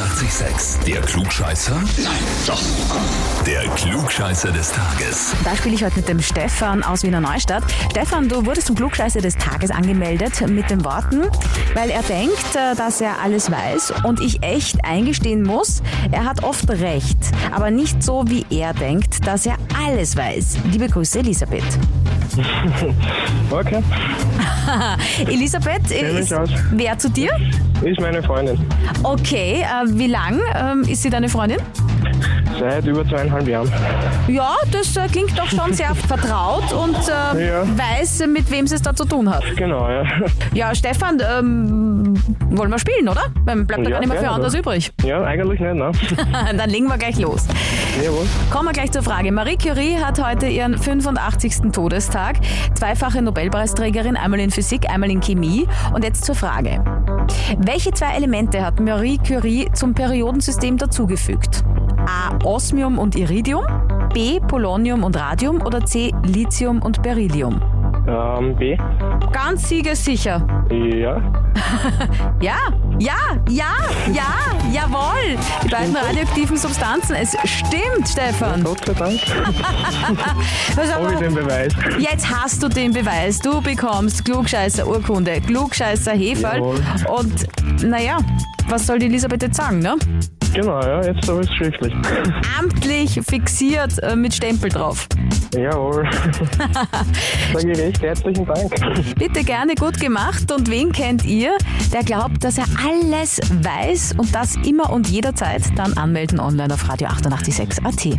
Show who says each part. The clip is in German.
Speaker 1: 886, der Klugscheißer? Nein, doch. Der Klugscheißer des Tages.
Speaker 2: Da spiele ich heute mit dem Stefan aus Wiener Neustadt. Stefan, du wurdest zum Klugscheißer des Tages angemeldet mit den Worten, weil er denkt, äh, dass er alles weiß und ich echt eingestehen muss, er hat oft recht, aber nicht so, wie er denkt, dass er alles weiß. Liebe Grüße, Elisabeth.
Speaker 3: Okay,
Speaker 2: Elisabeth,
Speaker 3: Kenn mich
Speaker 2: ist,
Speaker 3: aus.
Speaker 2: wer zu dir?
Speaker 3: ist meine Freundin.
Speaker 2: Okay, äh, wie lang ähm, ist sie deine Freundin?
Speaker 3: Seit über zweieinhalb Jahren.
Speaker 2: Ja, das äh, klingt doch schon sehr vertraut und äh,
Speaker 3: Ja.
Speaker 2: weiß, äh, mit wem sie es da zu tun hat.
Speaker 3: Genau, ja.
Speaker 2: Ja, Stefan, ähm, wollen wir spielen, oder? Dann bleibt da
Speaker 3: Oh Ja,
Speaker 2: gar nicht mehr viel
Speaker 3: gerne,
Speaker 2: anderes
Speaker 3: oder?
Speaker 2: übrig.
Speaker 3: Ja, eigentlich nicht, ne?
Speaker 2: Dann legen wir gleich los.
Speaker 3: Jawohl.
Speaker 2: Kommen wir gleich zur Frage. Marie Curie hat heute ihren 85. Todestag. Zweifache Nobelpreisträgerin, einmal in Physik, einmal in Chemie. Und jetzt zur Frage. Welche zwei Elemente hat Marie Curie zum Periodensystem dazugefügt? A. Osmium und Iridium, B. Polonium und Radium oder C. Lithium und Beryllium?
Speaker 3: Ähm, B.
Speaker 2: Ganz siegessicher.
Speaker 3: Ja.
Speaker 2: Ja, ja, ja, ja, jawohl. Die beiden radioaktiven Substanzen. Es stimmt, Stefan.
Speaker 3: Gott sei Dank.
Speaker 2: Pass auf,
Speaker 3: Habe ich den Beweis.
Speaker 2: Jetzt hast du den Beweis. Du bekommst Klugscheißer Urkunde, Klugscheißer Heferl.
Speaker 3: Jawohl.
Speaker 2: Und naja, was soll die Elisabeth jetzt sagen, ne?
Speaker 3: Genau, ja, jetzt habe ich es schriftlich.
Speaker 2: Amtlich fixiert äh, mit Stempel drauf.
Speaker 3: Jawohl. Sage ich recht herzlichen Dank.
Speaker 2: Bitte gerne gut gemacht. Und wen kennt ihr, der glaubt, dass er alles weiß und das immer und jederzeit? Dann anmelden online auf radio886.at.